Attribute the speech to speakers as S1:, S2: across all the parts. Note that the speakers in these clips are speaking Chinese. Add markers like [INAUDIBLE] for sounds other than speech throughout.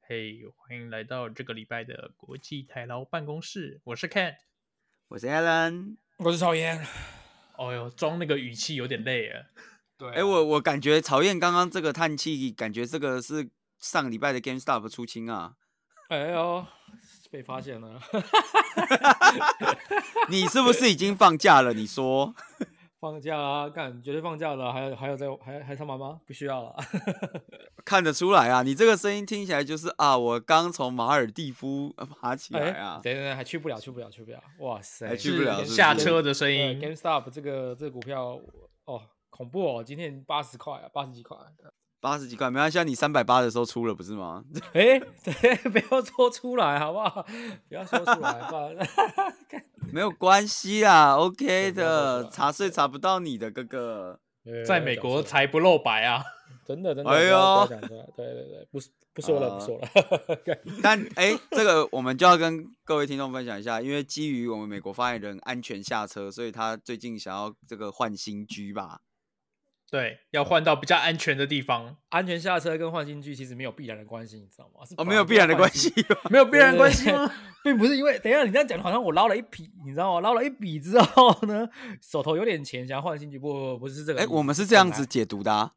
S1: 嘿欢迎来到这个礼拜的国际台劳办公室，我是 Cat。
S2: 我是 Alan。
S3: 我是曹岩。
S1: 哦哟，装那个语气有点累啊。
S3: 对
S2: 哎、我我感觉曹燕刚刚这个叹气，感觉这个是上礼拜的 GameStop 出清啊。
S3: 哎呦，被发现了， [LAUGHS]
S2: 你是不是已经放假了？你说，
S3: 放假啊，干绝对放假了，还有还有在还还上班吗？不需
S2: [LAUGHS]
S3: 要了。
S2: 看得出来啊，你这个声音听起来就是啊，我刚从马尔蒂夫呃爬起来啊。
S3: 哎等等等，还去不了，去不了，去不了。哇塞，
S2: 还去不了是不是
S1: 下车的声
S3: 对
S1: 音。
S3: GameStop 这个这个股票哦，恐怖哦，今天八十块啊，八十几块。
S2: 八十几块，没关系啊，你三百八的时候出了不是吗？ [LAUGHS]
S3: 哎， [LAUGHS] 对，不要说出来好不好？不要说出来，不然
S2: 没有关系啊，OK
S3: 不要说出
S2: 的，
S3: 来
S2: 查税查不到你的哥哥。
S1: 在美国才不露白啊！ [LAUGHS]
S3: 真的真的，
S2: 哎
S3: 不要
S2: 呦
S3: 不要讲出来，对对对，不不说了
S2: 啊
S3: 不说了。干 [LAUGHS]
S2: 但哎、这个我们就要跟各位听众分享一下，因为基于我们美国发言人安全下车，所以他最近想要这个换新居吧。
S1: 对，要换到比较安全的地方。
S3: 安全下车跟换新居其实没有必然的关系，你知道吗？是
S2: 哦，
S3: 本来
S2: 没有
S3: 就
S2: 必然的
S3: 换
S2: 关
S3: 新
S2: 系
S3: 居，
S2: 吧？
S1: 没有必然
S3: 对
S1: 关系吗？
S3: 并不是因为等一下你这样讲，好像我捞了一笔，你知道吗？捞了一笔之后呢，手头有点钱，想要换新居，不不不不是这个
S2: 哎、
S3: 意思。
S2: 我们是这样子解读的、啊，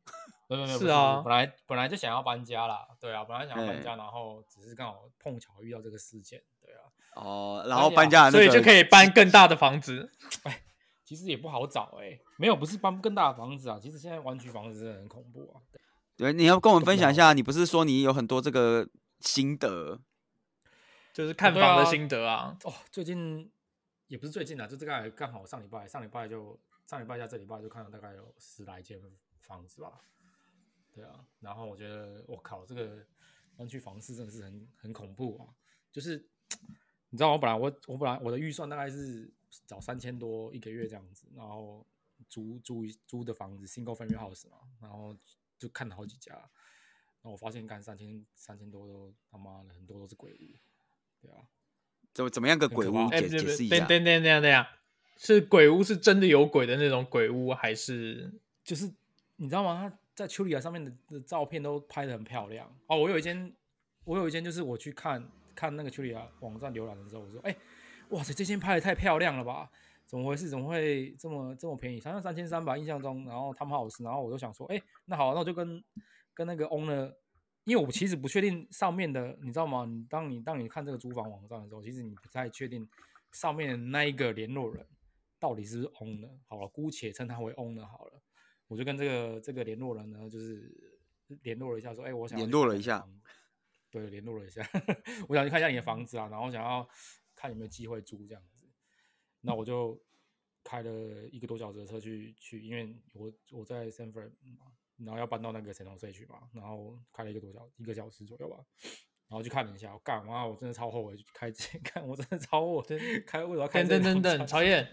S3: 本来，对对对，
S1: 是
S3: 不不
S1: 啊
S3: 本来本来就想要搬家啦，对啊，本来想要搬
S2: 哎
S3: 家，然后只是刚好碰巧遇到这个事件，对啊，
S2: 哦，然后
S3: 可以啊
S2: 搬家的
S1: 所
S2: 那
S1: 以
S2: 个，
S1: 就可以搬更大的房子。
S3: 其实也不好找哎、没有不是搬更大的房子啊，其实现在湾区房子真的很恐怖啊，
S2: 对，你要跟我们分享一下，你不是说你有很多这个心得？
S1: 就是看
S3: 对
S1: 房的
S3: 啊
S1: 心得啊，
S3: 哦，最近也不是最近啊，就这个刚好上礼拜，上礼拜就上礼拜加这礼拜就看了大概有十来间房子吧。对啊，然后我觉得我靠，这个湾区房市真的是很很恐怖啊！就是你知道，我本来我我本来我的预算大概是找三千多一个月这样子，然后租租一租的房子 single family house 嘛，然后就看了好几家，然后我发现干三千三千多都他妈的很多都是鬼屋，对啊，
S2: 怎么怎么样个
S3: 可
S2: 鬼
S3: 怕
S2: 屋
S1: 哎，
S2: 解
S1: 不是不
S2: 解
S1: 是
S2: 释一
S1: 等
S2: 下？
S1: 等等等等，是鬼屋是真的有鬼的那种鬼屋，还是
S3: 就是你知道吗？他在丘里亚上面的的照片都拍的很漂亮哦。我有一间，我有一间，就是我去看看那个丘里亚网站浏览的时候，我说，哎、哇塞，这间拍的太漂亮了吧？怎么回事？怎么会这么这么便宜？好像三千三吧，印象中。然后他们好吃，然后我就想说，哎、那好，那我就跟跟那个 owner，因为我其实不确定上面的，你知道吗？你当你当你看这个租房网站的时候，其实你不太确定上面的那一个联络人到底是不是 owner。好了，姑且称他为 owner 好了。我就跟这个这个联络人呢，就是联络了一下，说，哎、我想要
S2: 联
S3: 去
S2: 络
S3: 看
S2: 了
S3: 你
S2: 一
S3: 的
S2: 下
S3: 房子，对，联络了一下， [LAUGHS] 我想去看一下你的房子啊，然后想要看有没有机会租这样子。那我就开了一个多小时的车去去，因为我我在 Sanford 嘛，然后要搬到那个神农社区嘛，然后开了一个多小一个小时左右吧，然后去看了一下，我干妈，我真的超后悔开 [LAUGHS] 这，看我真的超后悔开为什么要开
S1: 等
S3: 这
S1: 等等
S3: 种
S1: 等，
S3: 车
S1: 曹燕，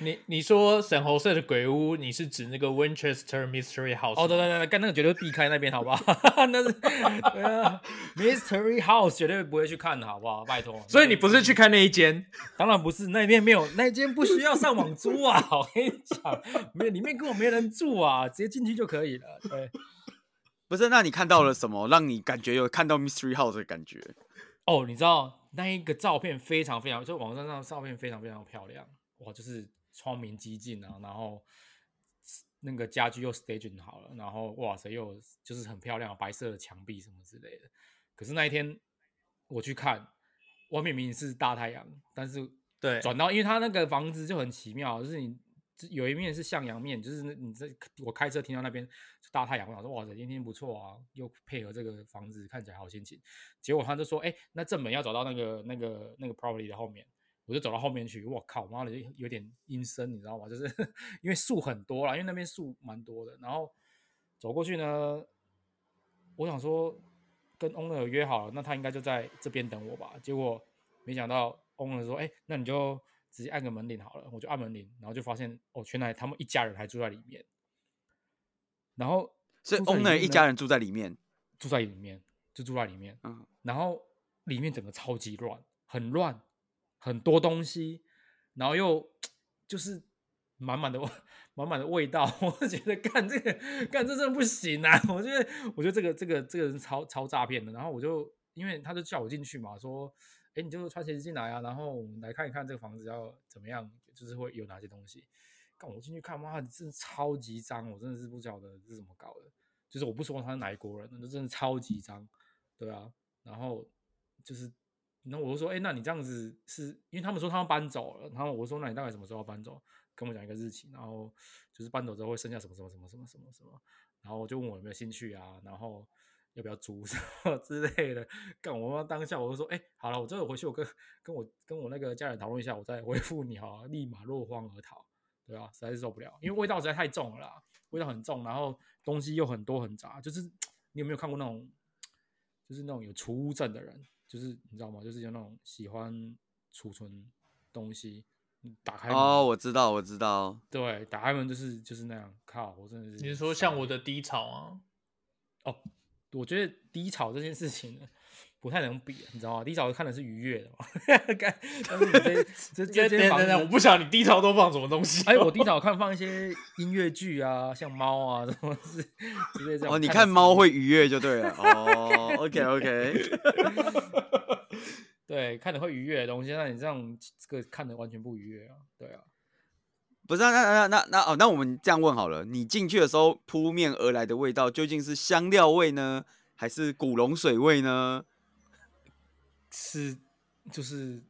S1: 你你说沈侯社的鬼屋，你是指那个 Winchester Mystery House？
S3: 哦，对
S1: 吗
S3: 对对，干那个绝对避开那边，好不 [LAUGHS] 好？那是、对啊、Mystery House 绝对不会去看的，好不好？拜托。
S1: 所以你不是去看那一间？
S3: 当然不是，那边没有，那间不需要上网租啊！ [LAUGHS] 我跟你讲，没有，里面根本没人住啊，直接进去就可以了。对，
S2: 不是，那你看到了什么，让你感觉有看到 Mystery House 的感觉？
S3: 哦，你知道那一个照片非常非常，就网站上的照片非常非常漂亮，哇，就是窗明几净啊，然后那个家具又 staging 好了，然后哇塞，又有就是很漂亮，白色的墙壁什么之类的。可是那一天我去看，外面明明是大太阳，但是
S1: 对，
S3: 转到，因为它那个房子就很奇妙，就是你就有一面是向阳面，就是那你这我开车停到那边就大太阳，我想说哇塞，今天不错啊，又配合这个房子看起来好心情。结果他就说，哎、那正门要走到那个那个那个 property 的后面，我就走到后面去，我靠，妈的有有点阴森，你知道吗？就是 [LAUGHS] 因为树很多啦，因为那边树蛮多的，然后走过去呢，我想说跟 owner 约好了，那他应该就在这边等我吧。结果没想到 owner 说：“哎、那你就直接按个门铃好了。”我就按门铃，然后就发现哦，原来他们一家人还住在里面。然后
S2: 所以
S3: 住在里
S2: owner
S3: 面
S2: 一
S3: 呢
S2: 家人住在里面，
S3: 住在里面，就住在里面。
S2: 嗯，
S3: 然后里面整个超级乱，很乱，很多东西，然后又就是满满的满满的味道， [LAUGHS] 我就觉得干这 [LAUGHS] 个干这真的不行啊！我觉得我觉得这个这个这个人超超诈骗的，然后我就因为他就叫我进去嘛，说，哎，你就穿鞋子进来啊，然后我们来看一看这个房子要怎么样，就是会有哪些东西。干我进去看，哇，真的超级脏，我真的是不晓得是怎么搞的。就是我不说他是哪一国人，那真的超级脏，对啊。然后就是，然后我就说，哎，那你这样子是因为他们说他们搬走了，然后我说，那你大概什么时候要搬走？跟我讲一个日期，然后就是搬走之后会剩下什么什么什么什么什么什么，然后就问我有没有兴趣啊，然后要不要租 [LAUGHS] 什么之类的。干我妈当下我就说，哎、好了，我这个回去我跟跟我跟我那个家人讨论一下，我再回复你哈，立马落荒而逃。对啊，实在是受不了，因为味道实在太重了啦，味道很重，然后东西又很多很杂，就是你有没有看过那种，就是那种有储物症的人，就是你知道吗？就是有那种喜欢储存东西，你打开门
S2: 哦，我知道，我知道，
S3: 对，打开门就是就是那样。靠，我真的是。
S1: 你是说像我？的低潮啊？
S3: 哦，我觉得低潮这件事情呢，不太能比，你知道吗？低潮看的是愉悦的嘛。 [LAUGHS] 干但是你
S1: [LAUGHS]
S3: 这这这
S1: 等
S3: 间
S1: 等
S3: 房
S1: 等等，我
S3: 子，
S1: 不晓得你低潮都放什么东西。
S3: 哎，
S1: [LAUGHS]
S3: 我低潮看放一些音乐剧啊，像猫啊什么之之类这种。
S2: 哦，你
S3: 的
S2: 看
S3: 是
S2: 猫
S3: 愉
S2: 会愉悦就
S3: [LAUGHS]
S2: 对了。哦，OK OK，
S3: 对看的会愉悦的东西，那你这样这个看的完全不愉悦啊。对啊，
S2: 不是、啊、那那那那哦，那我们这样问好了，你进去的时候扑面而来的味道究竟是香料味呢，还是古龙水味呢？
S3: 是就是，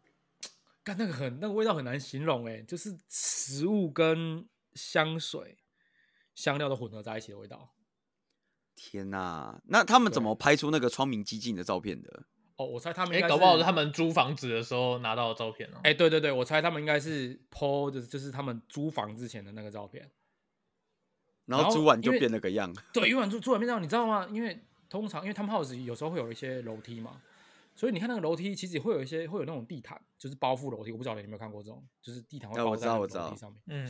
S3: 干那个很那个味道很难形容哎，就是食物跟香水、香料都混合在一起的味道。
S2: 天哪、那他们怎
S3: 对
S2: 么拍出那个窗明几净的照片的？
S3: 哦，我猜他们
S1: 哎、
S3: 应该
S1: 搞不好
S3: 是
S1: 是他们租房子的时候拿到的照片呢、哦
S3: 哎、对对对，我猜他们应该是 PO 的，就是他们租房之前的那个照片。
S2: 然
S3: 然
S2: 后
S3: 后
S2: 租完就
S3: 因为
S2: 变了个样。
S3: 对，因为住住完面罩，你知道吗？因为通常因为他们 house 有时候会有一些楼梯嘛，所以你看那个楼梯其实会有一些会有那种地毯，就是包覆楼梯。我不知道你有没有看过这种，就是地毯会
S2: 啊我
S3: 包
S2: 知
S3: 在
S2: 道
S3: 那个
S2: 我知
S3: 楼
S2: 道
S3: 梯上面。
S1: [LAUGHS] 嗯，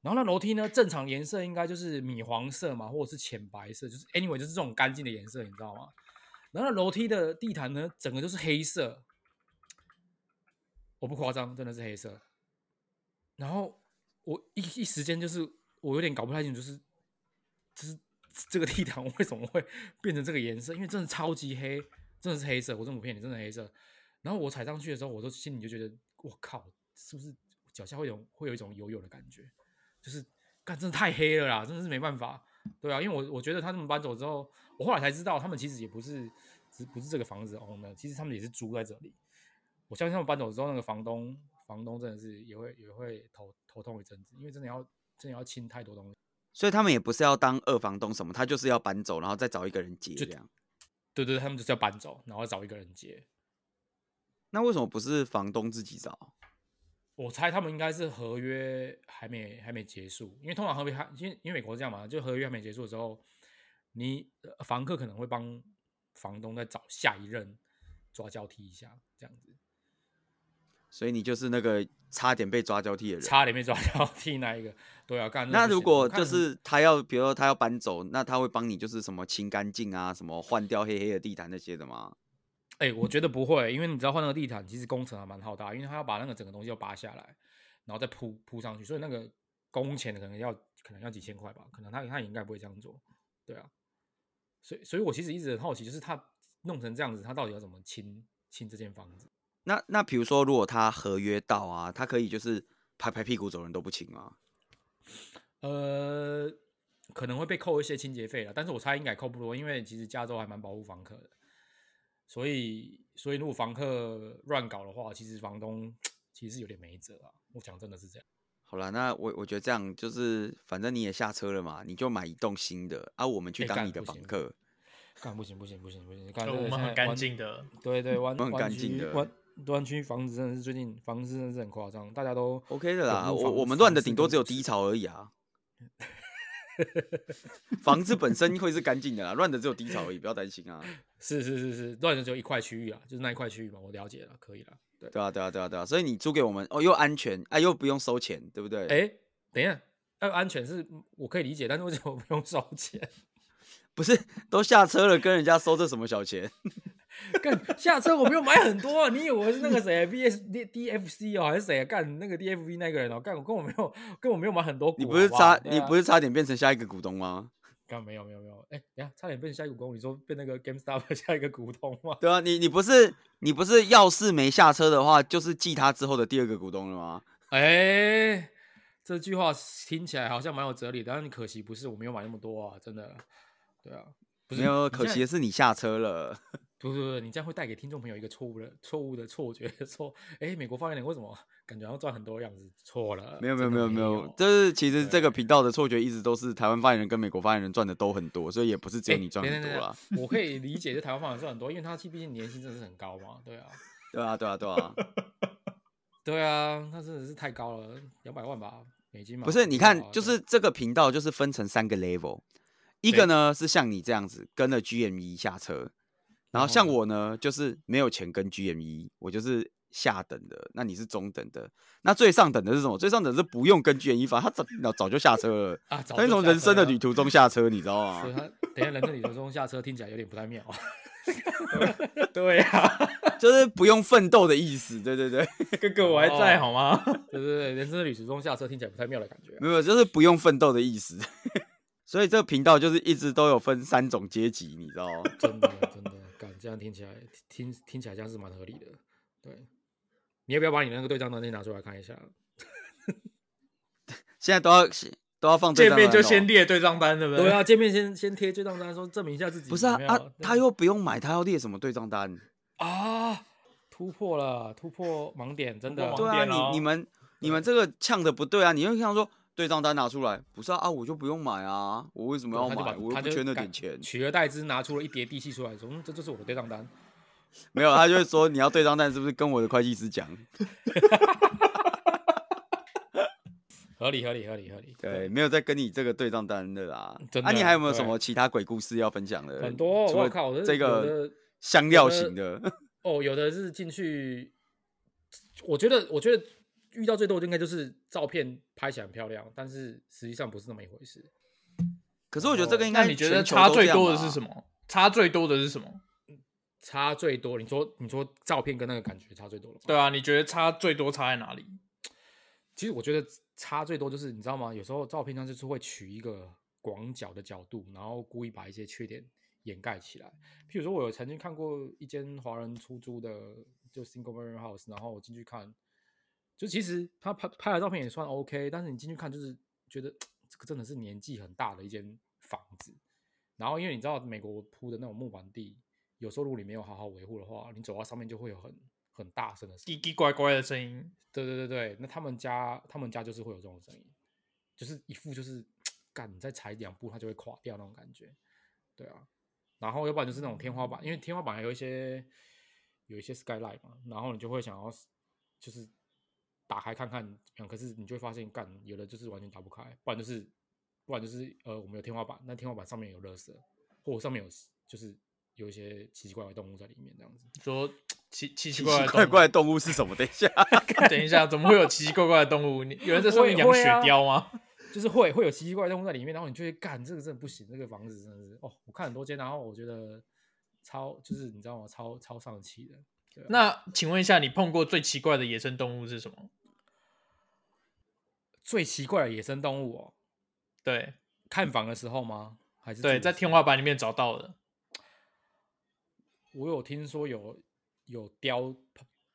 S3: 然后那楼梯呢，正常颜色应该就是米黄色嘛，或者是浅白色，就是 anyway 就是这种干净的颜色，你知道吗？然后那楼梯的地毯呢，整个都是黑色，我不夸张，真的是黑色。然后我一一时间就是我有点搞不太清楚，就是就是这个地毯为什么会变成这个颜色？因为真的超级黑，真的是黑色，我真的不骗你，真的黑色。然后我踩上去的时候，我都心里就觉得，我靠，是不是脚下会有会有一种油油的感觉？就是干真的太黑了啦，真的是没办法。对啊，因为我我觉得他们搬走之后，我后来才知道他们其实也不是只不是这个房子 own 的，其实他们也是租在这里。我相信他们搬走之后，那个房东房东真的是也会也会头头痛一阵子，因为真的要真的要清太多东西。
S2: 所以他们也不是要当二房东什么，他就是要搬走，然后再找一个人接这样。
S3: 对对，他们就是要搬走，然后找一个人接。
S2: 那为什么不是房东自己找？
S3: 我猜他们应该是合约还没还没结束，因为通常合约还因为因为美国是这样嘛，就合约还没结束的时候，你呃房客可能会帮房东再找下一任抓交替一下，这样子
S2: 所以你就是那个差点被抓交替的人。
S3: 差点被抓 [LAUGHS] 交替那一个，对啊，干真的
S2: 那
S3: 不
S2: 如
S3: 行啊我
S2: 果
S3: 看
S2: 就
S3: 很
S2: 是他要，比如说他要搬走，那他会帮你就是什么清干净啊，什么换掉黑黑的地毯那些的吗？
S3: 哎、我觉得不会，因为你知道换那个地毯，其实工程还蛮浩大，因为他要把那个整个东西要拔下来，然后再铺铺上去，所以那个工钱可能要可能要几千块吧，可能他他也应该不会这样做，对啊，所以所以我其实一直很好奇，就是他弄成这样子，他到底要怎么清清这间房子？
S2: 那那比如说如果他合约到啊，他可以就是拍拍屁股走人都不请吗？
S3: 呃，可能会被扣一些清洁费了，但是我猜应该扣不多，因为其实加州还蛮保护房客的，所以所以如果房客乱搞的话，其实房东其实是有点没辙啊，我讲真的是这样。
S2: 好啦，那我我觉得这样就是，反正你也下车了嘛，你就买一栋新的啊，我们去
S3: 哎
S2: 当
S3: 干
S2: 你的
S3: 不
S2: 房
S3: 行
S2: 客。
S3: 干不行不行不行不行，干
S1: 呃
S3: 这个
S1: 我们
S3: 现在
S1: 很干
S3: 湾
S1: 净。的，
S3: 对对，湾
S2: 们很
S3: 湾
S2: 干净
S3: 区
S2: 的
S3: 湾湾区房子真的是最近房子真的是很夸张，大家都
S2: OK 的
S3: 涌
S2: 啦，
S3: 入
S2: 我
S3: 房
S2: 我们
S3: 房
S2: 乱的
S3: 市
S2: 顶
S3: 跟
S2: 多只有
S3: 股市
S2: 低潮而已
S3: [LAUGHS]
S2: 啊。房子本身会是干净的啦，乱的只有低潮而已，不要担心啊。
S3: 是是是是，乱的只有一块区域啊，就是那一块区域嘛，我了解了，可以了。对，
S2: 对啊，对啊，对啊，对啊，所以你租给我们哦，又安全，啊，又不用收钱，对不对？
S3: 哎，等一下，要安全是我可以理解，但是为什么不用收钱？ [LAUGHS]
S2: 不是都下车了，跟人家收这什么小钱？
S3: 干下车我没有买很多啊、你以为是那个谁 V S D D F C 哦，还是谁啊？干那个 D F V 那个人哦，干我跟我没有跟我没有买很多股
S2: 你
S3: 好好，
S2: 不是差，
S3: 对
S2: 你
S3: 啊
S2: 不是差点变成下一个股东吗？
S3: 刚没有没有没有，哎、等一下差点变下一股东，你说变那个 GameStop [LAUGHS] 下一个股东吗？ [LAUGHS]
S2: 对啊，你你不是你不是要是没下车的话，就是记他之后的第二个股东了吗？
S3: 哎、这句话听起来好像蛮有哲理的，但是可惜不是我没有买那么多啊，真的。对啊，不是
S2: 没有，
S3: 你
S2: 可惜
S3: 现在
S2: 的是你下车了。
S3: 不不不，你这样会带给听众朋友一个错误的错误的错觉，说哎，美国发言人为什么感觉好像赚很多样子？错了，
S2: 没有没有
S3: 真
S2: 没
S3: 的
S2: 有
S3: 呃没哎
S2: 没有，就是其实这个
S3: 对
S2: 频道的错觉一直都是台湾发言人跟美国发言人赚的都很多，所以也不是只有
S3: 哎
S2: 你赚
S3: 等
S2: 很
S3: 等
S2: 多
S3: 等等
S2: 啦。
S3: [LAUGHS] 我可以理解，这台湾发言人赚很多，因为他毕竟年薪真的是很高嘛，对啊，
S2: 对啊对啊对啊，
S3: 对啊，他真的是太高了，两百万吧美金嘛。
S2: 不是你
S3: 知道
S2: 看
S3: 啊，
S2: 就
S3: 对
S2: 是这个频道就是分成三个 level，一个
S1: 对
S2: 呢是像你这样子跟了 GME E 下车，然
S3: 然
S2: 后
S3: 后
S2: 像
S3: 呢
S2: 我呢就是没有钱跟 GME，我就是下等的，那你是中等的，那最上等的是什么？最上等是不用跟 GME 发，他早早就下车了，
S3: 啊， [LAUGHS] 早
S2: 他是
S3: 就
S2: 从
S3: 下
S2: 人生
S3: 车
S2: 的
S3: 了
S2: 旅途中下车，你知道吗
S3: 所以？他等一下人在旅途中下车，听起来有点不太妙。 [LAUGHS] 对啊，
S2: 就是不用奋斗的意思，对对对。
S1: 哥哥我还在
S3: 哦
S1: 好吗？
S3: 对对对，人生的旅途中下车听起来不太妙的感觉
S2: [LAUGHS]
S3: 啊、
S2: 没有，就是不用奋斗的意思。 [LAUGHS] 所以这个频道就是一直都有分三种阶级，你知道吗？
S3: 真的真的，感这样听起来听听起来像是蛮合理的。对，你要不要把你那个对账单先拿出来看一下？
S2: 现在都要都要放对
S1: 见
S2: 账
S1: 面就
S2: 单哦
S1: 先列对账单，对不
S3: 对啊，见面先先贴对账单，说证明一下自己
S2: 不是啊
S3: 有没有
S2: 啊，他又不用买，他要列什么对账单？
S3: 啊突破了，突破盲点，真的
S1: 突
S2: 对
S1: 破盲
S2: 啊，
S1: 点哦
S2: 你你们你们这个呛的不对啊！你又想说对账单拿出来，不是啊啊，我就不用买啊，我为什么要
S3: 他就把
S2: 买？我
S3: 他
S2: 又不
S3: 就
S2: 缺那
S3: 感
S2: 点钱。
S3: 取而代之，拿出了一叠地契出来，说、嗯、这就是我的对账单。
S2: 没有，他就会说你要对账单是不是跟我的会计师讲？
S3: 合理合理合理
S1: [LAUGHS]
S3: 合理，
S2: 对，没有再跟你这个对账单的啦。
S3: 真
S2: 啊，你
S3: 的
S2: 还有没有什
S3: 对
S2: 么其他鬼故事要分享的？
S3: 很多，
S2: 除
S3: 我
S2: 了
S3: 靠，我
S2: 这个
S3: 有的
S2: 香料型的。
S3: 哦，有的是进去，我觉得我觉得遇到最多的应该就是照片拍起来很漂亮，但是实际上不是那么一回事。
S2: [LAUGHS] 可是我觉得
S3: 然
S2: 这个
S3: 后
S2: 应
S1: 那
S2: 该
S1: 你觉得
S2: 全球
S1: 差
S2: 都
S1: 最
S2: 这样
S1: 多的是
S2: 吧
S1: 什？么？差最多的是什么？
S3: 差最多，你说你说照片跟那个感觉差最多了吗？
S1: 对啊，你觉得差最多差在哪里？
S3: 其实我觉得差最多就是你知道吗？有时候照片上就是会取一个广角的角度，然后故意把一些缺点掩盖起来。譬如说，我有曾经看过一间华人出租的就 single parent house，然后我进去看，就其实他拍拍的照片也算 OK，但是你进去看就是觉得这个真的是年纪很大的一间房子。然后因为你知道美国铺的那种木板地，有时候如果你没有好好维护的话，你走到上面就会有很很大声的声音
S1: 叽叽怪怪的声音，
S3: 对对对对，那他们家他们家就是会有这种声音，就是一副就是干你再踩两步它就会垮掉那种感觉，对啊。然后要不然就是那种天花板，因为天花板还有一些有一些 skylight 嘛，然后你就会想要就是打开看看，可是你就会发现干有的就是完全打不开，不然就是不然就是呃我们有天花板，那天花板上面有垃圾，或者上面有就是有一些奇奇怪怪的动物在里面这样子。
S1: 说奇奇奇
S2: 奇
S1: 怪
S2: [LAUGHS] 奇
S1: 的动物
S2: 怪
S1: 啊
S2: 怪的动物是什么？等一下，
S1: 等一下，怎么会有奇奇怪怪的动物？你有人在上面养
S3: 会
S1: 雪
S3: 会啊
S1: 貂吗？
S3: 就是会会有奇奇怪怪的动物在里面，然后你就会干这个真的不行，这个房子真的是哦，我看很多间，然后我觉得超就是你知道吗？超超上气的。对啊
S1: 那请问一下，你碰过最奇怪的野生动物是什么？
S3: 最奇怪的野生动物哦，
S1: 对
S3: 看房的时候吗？还是
S1: 对，
S3: 住
S1: 在
S3: 的时
S1: 天
S3: 候
S1: 花板里面找到的，
S3: 我有听说有有雕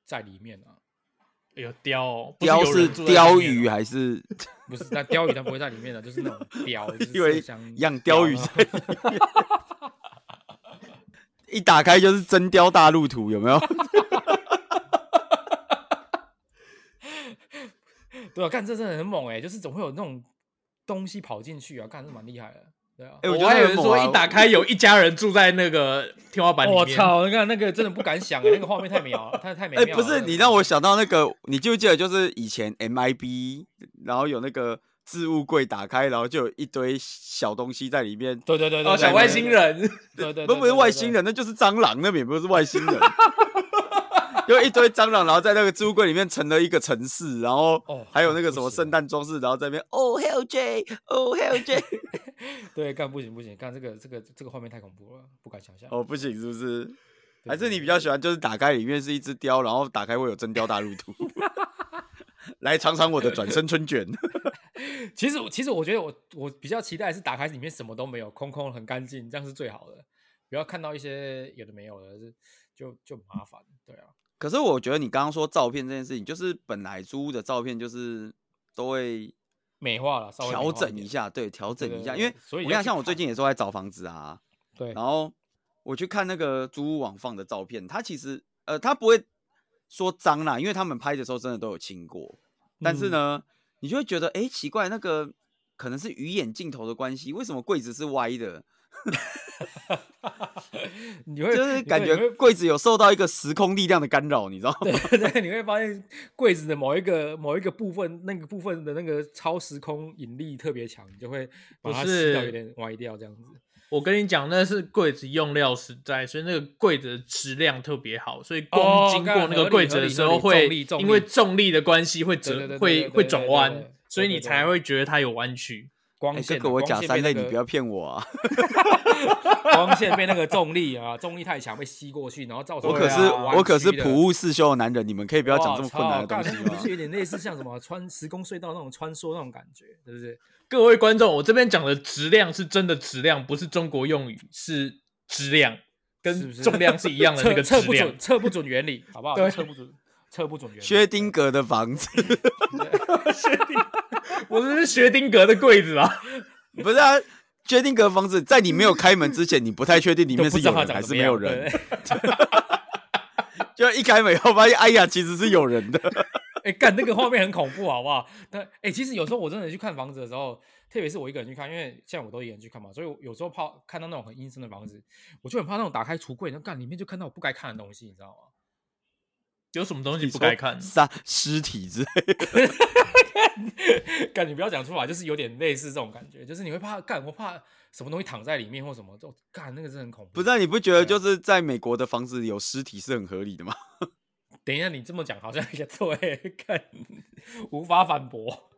S3: 在里面啊，
S1: 有雕哦， [LAUGHS] 不
S2: 雕
S1: 有
S2: 是
S1: 人住在
S2: 鲷
S1: 里面
S2: 鱼
S1: 哦
S2: 啊还是
S3: 不是那鲷鱼，它不会在里面的，就是那
S2: [LAUGHS]
S3: 种雕，就是
S2: 因为
S3: 麝香
S2: 养鲷鱼
S3: 啊
S2: 在里面？ [LAUGHS] 一打开就是真雕大陆图，有没有？
S3: 对啊，干这真的很猛哎、就是总会有那种东西跑进去啊，干是蛮厉害的，对啊。
S2: [LAUGHS] 哎我觉
S1: 我
S2: 得
S1: 还以
S2: 很
S1: 为
S2: 猛
S1: 说
S2: 啊
S1: 一打开有一家人住在那个天花板里面。
S3: 我、操！你看那个真的不敢想、欸，那个画面太美了，太太美
S2: 哎，
S3: 妙了。
S2: 不是，
S3: 那个
S2: 你
S3: 画
S2: 让我
S3: 面
S2: 想到那个，你记不记得就是以前 MIB，然后有那个置物柜打开，然后就有一堆小东西在里面。
S3: 对对对对
S1: 哦，
S3: 对
S1: 小
S3: 对
S1: 外
S3: 对
S1: 星
S3: 对
S1: 人，
S3: 对对，
S2: 不不
S3: 对
S2: 是
S3: 对
S2: 外
S3: 对
S2: 星
S3: 对
S2: 人，那就是蟑螂，那也不是外星人， [LAUGHS] 就一堆蟑螂，然后在那个置物柜里面成了一个城市，然后
S3: 哦
S2: 还有
S3: 哦
S2: 那个
S3: 不
S2: 什么
S3: 行
S2: 圣诞装饰，然后在那边哦 hell J 哦 hell J，
S3: 对，干不行不行，干这个这个这个画面太恐怖了，不敢想象。
S2: 哦不行是不是？
S3: 对
S2: 还是你比较喜欢就是打开里面是一只雕， [LAUGHS] 然后打开会有真雕大陆图，来尝尝我的转身春卷，
S3: 其实我其实我觉得我我比较期待是打开里面什么都没有，空空很干净，这样是最好的。不要看到一些有的没有的，就就麻烦。对啊，
S2: [LAUGHS] 可是我觉得你刚刚说照片这件事情，就是本来租屋的照片就是都会
S3: 美化了，稍微美
S2: 调
S3: 化
S2: 整
S3: 一
S2: 一
S3: 点。
S2: 下，对，调整
S3: 对
S2: 一
S3: 对
S2: 下，
S3: 对
S2: 因为
S3: 所以
S2: 我
S3: 要
S2: 想
S3: 去
S2: 像我最
S3: 看
S2: 近也是在找房子啊，
S3: 对，
S2: 然后我去看那个租屋网放的照片，它其实呃，它不会说脏啦，因为他们拍的时候真的都有清过。但是
S3: 嗯
S2: 呢，你就会觉得哎、诶奇怪，那个可能是鱼眼镜头的关系，为什么柜子是歪的？
S3: 你会
S2: 就是
S3: 你
S2: 感
S3: 会你
S2: 觉
S3: 会
S2: 柜子有受到一个时空力量的干扰，你知道吗？
S3: 对 [LAUGHS] 对，你会发现柜子的某一个某一个部分，那个部分的那个超时空引力特别强，你就会
S1: 不
S3: 把它吸掉，
S1: 是
S3: 有点歪掉这样子。
S1: [LAUGHS] 我跟你讲，那是柜子用料实在，所以那个柜子的质量特别好，所以光经过那个柜子的时候会，因为重力的关系会折，会会转弯，所以你才会觉得它有弯曲。
S3: 光
S2: 哎、
S3: 线
S2: 哥
S3: 啊，
S2: 哥，我
S3: 光
S2: 讲
S3: 线
S2: 三
S3: 被
S2: 类，
S3: 那
S2: 你
S3: 个
S2: 不要骗我
S3: [LAUGHS]
S2: 啊！
S3: 光线被那个重力啊，重力太强被吸过去，然后造成
S2: 我可
S3: 对
S2: 是、
S3: 啊
S2: 我可是
S3: 弯曲的
S2: 普物世修的男人，你们可以不要讲
S3: 哇
S2: 这么困难的
S3: 操
S2: 东
S3: 干
S2: 西
S3: 那
S2: 吗
S3: 不？是有点类似像什么穿时空隧道那种穿梭那种感觉，对不对？
S1: 各位观众，我这边讲的质量是真的质量，不是中国用语，是质量，
S3: 是
S1: 跟
S3: 不是
S1: 重量是一样的那
S3: 测
S1: 个
S3: 测
S1: 质
S3: 不
S1: 量
S3: 准，。测不准原理，好不好？
S1: 对
S3: 测不准，测不准原理。
S2: 薛丁格的房子
S1: 我这是薛丁格的柜子啊，
S2: 不是啊，薛丁格的房子在你没有开门之前，你不太确定里
S3: 都
S2: 面
S3: 不
S2: 是
S3: 知道
S2: 有
S3: 它
S2: 人
S3: 长
S2: 还
S3: 什
S2: 是
S3: 么
S2: 没有
S3: 样对
S2: 人。就一开门以后发现，哎呀，其实是有人
S3: [LAUGHS]
S2: 的。
S3: [LAUGHS] 哎、干那个画面很恐怖，好不好？那哎、其实有时候我真的去看房子的时候，特别是我一个人去看，因为现在我都一个人去看嘛，所以我有时候怕看到那种很阴森的房子，我就很怕那种打开橱柜，那干里面就看到我不该看的东西，你知道吗？
S1: 有什么东西不该看？
S2: 杀尸体之类的，
S3: [LAUGHS] 干你不要讲出来，就是有点类似这种感觉，就是你会怕干，我怕什么东西躺在里面或什么，就干那个真的很恐怖。
S2: 不是、啊？你不觉得
S3: 对
S2: 就是在美国的房子里有尸体是很合理的吗？
S3: 等一下你这么讲好像也对， [LAUGHS] 干无法反
S2: [LAUGHS]
S3: 驳。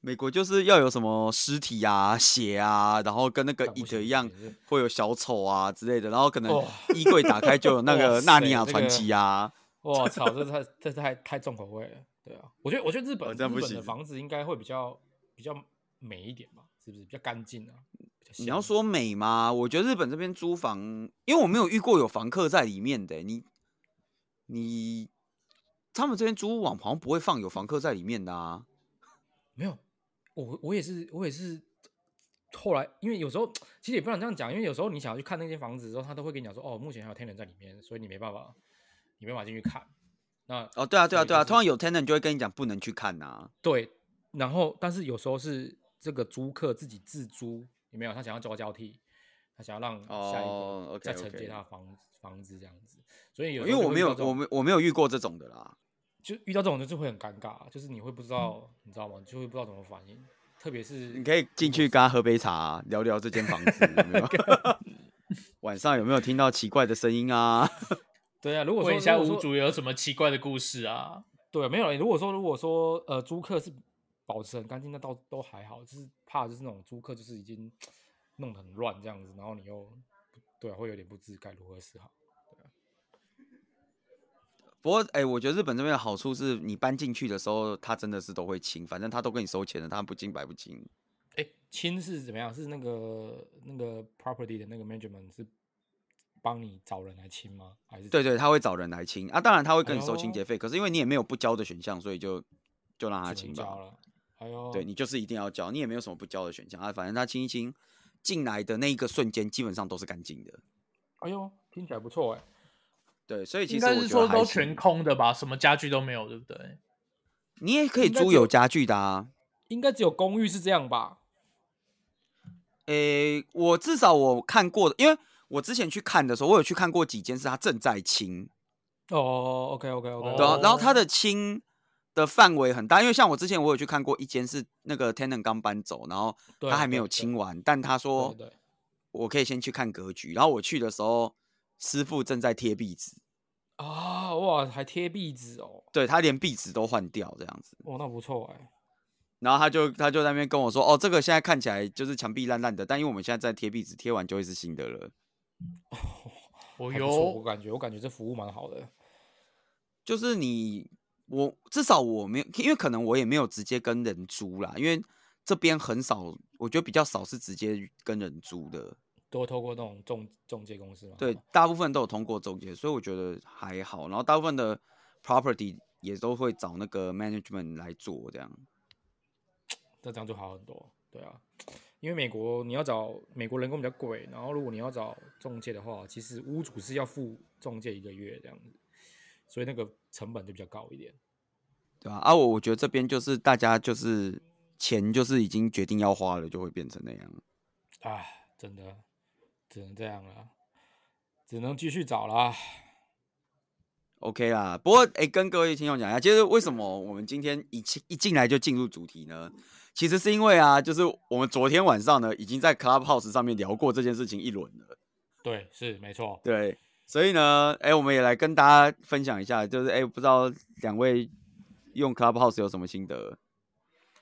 S2: 美国就是要有什么尸体啊、血啊，然后跟那个
S3: 干不
S2: it
S3: 行
S2: 一样
S3: 不行不行，
S2: 会有小丑啊之类的，然后可能
S3: 哇
S2: 衣柜打开就有那
S3: [LAUGHS] 哇
S2: 个
S3: 塞
S2: 纳尼亚
S3: 这个
S2: 传奇啊。
S3: 我操，这太这太太重口味了。对啊，我觉得我觉得日本、
S2: 哦这
S3: 日
S2: 样不
S3: 本
S2: 行
S3: 的房子应该会比较比较美一点吧，是不是比较干净啊？比较
S2: 你要
S3: 香
S2: 说美吗？我觉得日本这边租房，因为我没有遇过有房客在里面的、欸你你他们这边租屋网好像不会放有房客在里面的啊。
S3: 没有，我我也是我也是后来，因为有时候其实也不能这样讲，因为有时候你想要去看那间房子的时候，他都会跟你讲说，哦，目前还有天人在里面，所以你没办法，你没办法进去看。那
S2: 哦，对啊，对啊，
S3: 所以
S2: 对啊，
S3: 就是
S2: 通常有 tenant 就会跟你讲不能去看呐、啊。
S3: 对，然后但是有时候是这个租客自己自租，有没有？他想要交交替，他想要让嗯下一
S2: 哦
S3: 个
S2: ，OK，
S3: 再承
S2: OK
S3: 接他的房房子这样子，所以有
S2: 因
S3: 时
S2: 为我
S3: 候就会
S2: 没
S3: 遇到
S2: 有，
S3: 这
S2: 我
S3: 种
S2: 没我没有遇过这种的啦。
S3: 就遇到这种就会很尴尬，就是你会不知道，你知道吗？就会不知道怎么反应，特别是
S2: 你可以进去跟他喝杯茶、聊聊这间房子有没
S3: [LAUGHS]
S2: 有。晚上有没有听到奇怪的声音啊？
S3: 对啊，如果说
S1: 问一下
S3: 如果
S1: 屋
S3: 说
S1: 主有什么奇怪的故事啊？
S3: 对，没有。如果说如果说呃，租客是保持很干净，那倒都还好，就是怕就是那种租客就是已经弄得很乱这样子，然后你又不对、啊，会有点不知该如何是好。
S2: 不过，哎、我觉得日本这边的好处是你搬进去的时候，他真的是都会清，反正他都跟你收钱了，他不清白不清。
S3: 哎，亲是怎么样？是那个那个 property 的那个 management 是帮你找人来亲吗？还是
S2: 对对，他会找人来清啊，当然他会跟你
S3: 哎
S2: 收
S3: 呦
S2: 清洁费，可是因为你也没有不交的选项，所以就就让他
S3: 只
S2: 清
S3: 能
S2: 吧
S3: 交。了？哎呦，
S2: 对你就是一定要交，你也没有什么不交的选项啊，反正他清一清进来的那一个瞬间，基本上都是干净的。
S3: 哎呦，听起来不错哎。
S2: 对，所以其
S1: 应
S2: 实
S1: 该
S2: 我
S1: 是
S2: 觉得
S1: 说
S2: 还
S1: 都
S2: 行
S1: 全，空的吧，什么家具都没有，对不对？
S2: 你也可以
S3: 应该
S2: 租
S3: 只有
S2: 有家具的啊。
S3: 应该只有公寓是这样吧？
S2: 诶、我至少我看过的，因为我之前去看的时候，我有去看过几间是它正在清，
S3: 哦，OK OK OK，
S2: 对、啊然后它
S1: 哦
S2: 的清的范围很大，因为像我之前我有去看过一间是那个 tenant 刚搬走，然后
S3: 对
S2: 他还没
S3: 对
S2: 有
S3: 对
S2: 清完，但他说
S3: 对对
S2: 我可以先去看格局，然后我去的时候，师傅正在贴壁纸，
S3: 啊，哇，还贴壁纸哦，
S2: 对他连壁纸都换掉这样子，
S3: 哇，那不错哎，
S2: 然后他就他就在那边跟我说，哦，这个现在看起来就是墙壁烂烂的，但因为我们现在在贴壁纸，贴完就会是新的了。
S1: 我
S3: 还不错我
S1: 有，
S3: 感觉我感觉这服务蛮好的，
S2: 就是你我至少我没有，因为可能我也没有直接跟人租啦，因为这边很少，我觉得比较少是直接跟人租的，
S3: 多透过那种中中介公司嘛。
S2: 对，大部分都有通过中介，所以我觉得还好。然后大部分的 property 也都会找那个 management 来做这样。
S3: 那这样就好很多，对啊，因为美国你要找美国人工比较贵，然后如果你要找中介的话，其实屋主是要付中介一个月这样子，所以那个成本就比较高一点，
S2: 对吧、啊？啊，我我觉得这边就是大家就是钱就是已经决定要花了，就会变成那样
S3: 啊，真的只能这样了，只能继续找啦。
S2: OK 啦，不过哎、欸，跟各位听众讲一下，其实为什么我们今天一进一进来就进入主题呢？其实是因为啊，就是我们昨天晚上呢已经在 Clubhouse 上面聊过这件事情一轮了。
S3: 对，是没错。
S2: 对，所以呢，哎、欸，我们也来跟大家分享一下，就是哎、欸，不知道两位用 Clubhouse 有什么心得？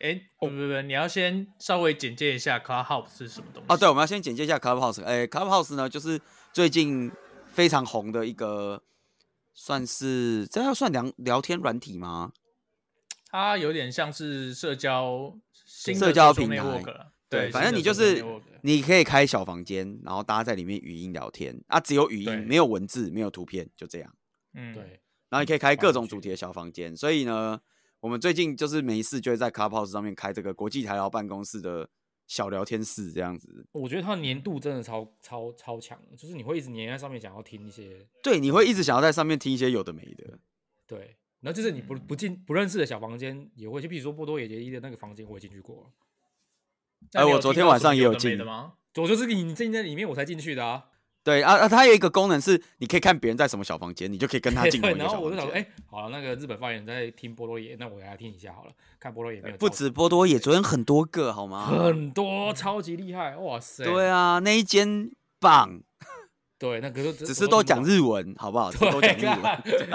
S1: 哎、欸，
S2: 哦
S1: 不不不，你要先稍微简介一下 Clubhouse 是什么东西
S2: 啊？对，我们要先简介一下 Clubhouse。哎，Clubhouse 呢，就是最近非常红的一个。算是这要算聊聊天软体吗？
S1: 它有点像是社交新
S2: 社交平台，
S1: 对，
S2: 反正你就是你可以开小房间，然后大家在里面语音聊天啊，只有语音，没有文字，没有图片，就这样。
S3: 嗯，对。
S2: 然后你可以开各种主题的小房间，所以呢，我们最近就是没事就会在 Clubhouse 上面开这个国际台劳办公室的小聊天室，这样子。
S3: 我觉得它年度真的超超超强，就是你会一直黏在上面，想要听一些。
S2: 对，你会一直想要在上面听一些有的没的。
S3: 对，然后就是你不
S2: 嗯
S3: 不进不认识的小房间也会，就比如说波多野结衣的那个房间，我也进去过。
S2: 哎、啊，我昨天晚上也有进
S1: 的吗？
S3: 我就是你进在里面我才进去的啊。
S2: 对啊啊，它有一个功能是，你可以看别人在什么小房间，你就可以跟他进。
S3: [LAUGHS] 对，然后我就想说，哎、欸，好了，那个日本发言人在听波多野，那我来听一下好了，看波多野没有。
S2: 不止波多野，昨天很多个好吗？
S3: [LAUGHS] 很多，超级厉害，哇塞！
S2: 对啊，那一间
S3: [LAUGHS]
S2: 棒。
S3: 对，那个只
S2: 是都讲日文，好不好？只都讲日
S3: 啊文，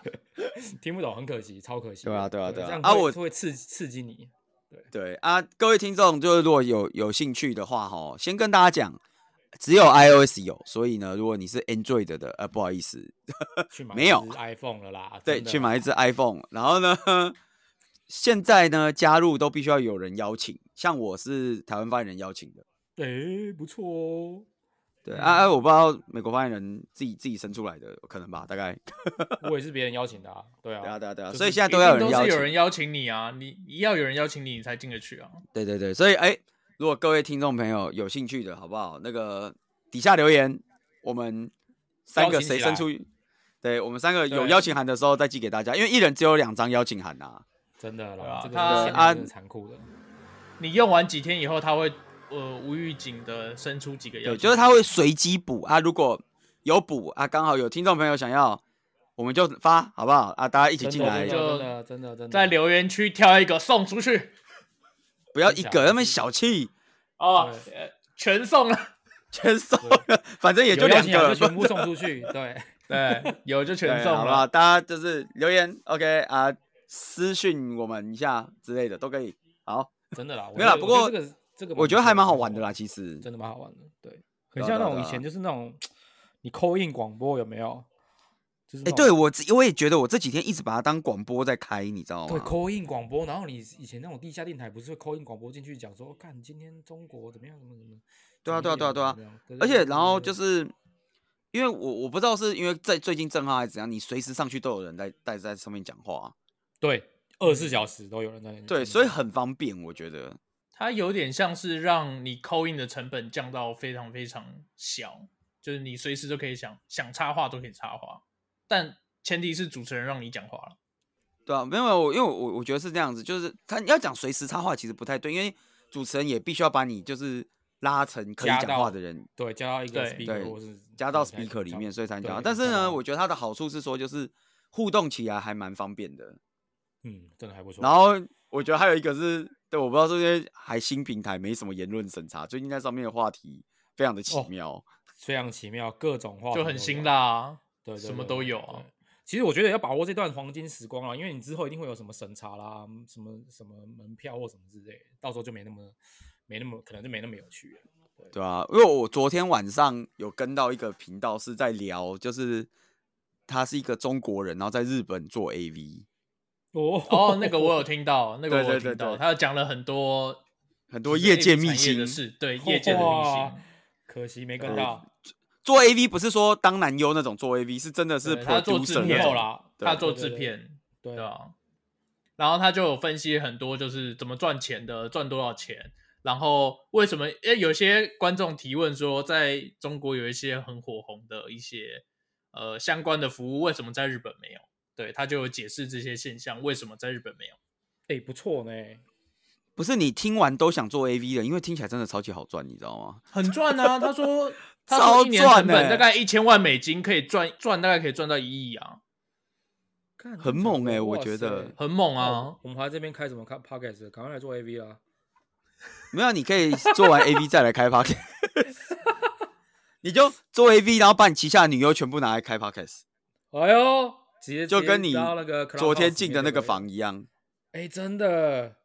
S3: [LAUGHS] 听不懂，很可惜，超可惜。
S2: 对啊，对啊，对啊！
S3: 啊，我会刺刺激你。对
S2: 对啊，各位听众，就是如果有有兴趣的话，哈，先跟大家讲。只有 iOS 有，所以呢，如果你是 Android 的，呃，不好意思，
S3: 去
S2: 呃没有
S3: iPhone 了啦。
S2: 对，去买一
S1: 哦
S2: 只 iPhone。然后呢， [LAUGHS] 现在呢，加入都必须要有人邀请，像我是台湾发言人邀请的。
S3: 诶、欸，不错哦。
S1: 嗯
S2: 对啊，啊，我不知道美国发言人自己自己生出来的，可能吧，大概。
S3: 我也是别人邀请的啊，对啊，
S2: 对啊，对啊，对啊，
S1: 就是、
S2: 所以现在都要有人
S1: 请，
S2: 邀
S1: 都是有人邀请你啊，你要有人邀请你，你才进得去啊。
S2: 对对对，所以哎。欸如果各位听众朋友有兴趣的，好不好？那个底下留言，我们三个谁伸出，对我们三个有邀请函的时候再寄给大家，因为一人只有两张邀请函呐、啊。
S3: 真的
S1: 啦，
S3: 这个啊，残酷的。
S1: 你用完几天以后，他会呃无预警的伸出几个邀请，
S2: 就是他会随机补啊。如果有补啊，刚好有听众朋友想要，我们就发，好不好？啊，大家一起进来，
S3: 就真的真的真的
S1: 在留言区挑一个送出去。
S2: 不要一个那么小气
S1: 哦，全送了，
S2: 全送了，反正也就两个，
S3: 全部送出去。对
S1: 对，有就全送了，
S2: 好不好？大家就是留言，OK 啊、呃，私讯我们一下之类的都可以。好，
S3: 真的啦，
S2: 没有啦。不过
S3: 这个这个，
S2: 我觉得还蛮好玩的啦，啊其实
S3: 真的蛮好玩的。对，很像那种以前就是那种你扣印广播有没有？
S2: 哎、欸，对我我也觉得，我这几天一直把它当广播在开，你知道吗？
S3: 对，扣印广播。然后你以前那种地下电台，不是会扣印广播进去讲说，看今天中国怎么样，怎么怎么？
S2: 对啊，对啊，对啊，对啊。而且然后就是因为我我不知道是因为在最近震撼还是怎样，你随时上去都有人在在在上面讲话。
S3: 对，二十四小时都有人在那。
S2: 对，所以很方便，我觉得。
S1: 它有点像是让你扣印的成本降到非常非常小，就是你随时都可以想想插话都可以插话。但前提是主持人让你讲话了，
S2: 对啊，没有我，因为我我觉得是这样子，就是他要讲随时插话其实不太对，因为主持人也必须要把你就是拉成可以讲话的人，
S3: 对，加到一个 speaker
S2: 或是加到 speaker 里面，所以才讲。但是呢，我觉得它的好处是说，就是互动起来还蛮方便的，
S3: 嗯，真的还不错。
S2: 然后我觉得还有一个是，对，我不知道这些还新平台没什么言论审查，最近在上面的话题非常的奇妙，哦、
S3: 非常奇妙，各种话
S1: 就很啊新啦。
S3: 对,对,对,对，
S1: 什么都有啊。
S3: 其实我觉得要把握这段黄金时光啊，因为你之后一定会有什么审查啦、什么什么门票或什么之类，到时候就没那么没那么可能就没那么有趣了。
S2: 对啊，因为我昨天晚上有跟到一个频道是在聊，就是他是一个中国人，然后在日本做 AV。
S3: 哦
S1: 哦哦，
S3: [LAUGHS]
S1: 那个我有听到，那个我有听到，他讲了很多
S2: 很多业界秘
S1: 产业的
S2: 辛。
S1: 事，对业界的秘辛
S3: 哇。可惜没跟到，
S2: 做 AV 不是说当男优那种做 AV，是真的是
S1: 对他做制
S2: producer
S1: 片
S2: 那种。
S1: 啦，
S2: 对
S1: 他做
S3: 对对
S1: 制
S3: 对
S1: 片，
S3: 对
S1: 对啊。然后他就有分析很多，就是怎么赚钱的，赚多少钱，然后为什么？因为有些观众提问说，在中国有一些很火红的一些呃相关的服务，为什么在日本没有？对，他就有解释这些现象，为什么在日本没有？
S3: 哎、不错呢，
S2: 不是你听完都想做 AV 的，因为听起来真的超级好赚，你知道吗？
S1: 很赚啊！他
S2: [LAUGHS]
S1: 说，他
S2: 超
S1: 说一年
S2: 赚
S1: 成本
S2: 欸
S1: 大概一千万美金，可以赚赚大概可以赚到一亿啊，
S3: 干
S2: 很猛欸我觉得
S1: 很猛
S3: 啊，
S1: 啊
S3: 我！我们还在这边开什么开 podcast，赶快来做 AV 啦！
S2: 没有，你可以做完 AV 再来开 podcast，你就做 AV，然后把你旗下的女优全部拿来开 podcast，
S3: 哎呦，直接
S2: 就跟你
S3: 直接到那个 Clubhouse
S2: 昨天进的那个
S3: 里面就可以了
S2: 房一样。
S3: 哎、真的，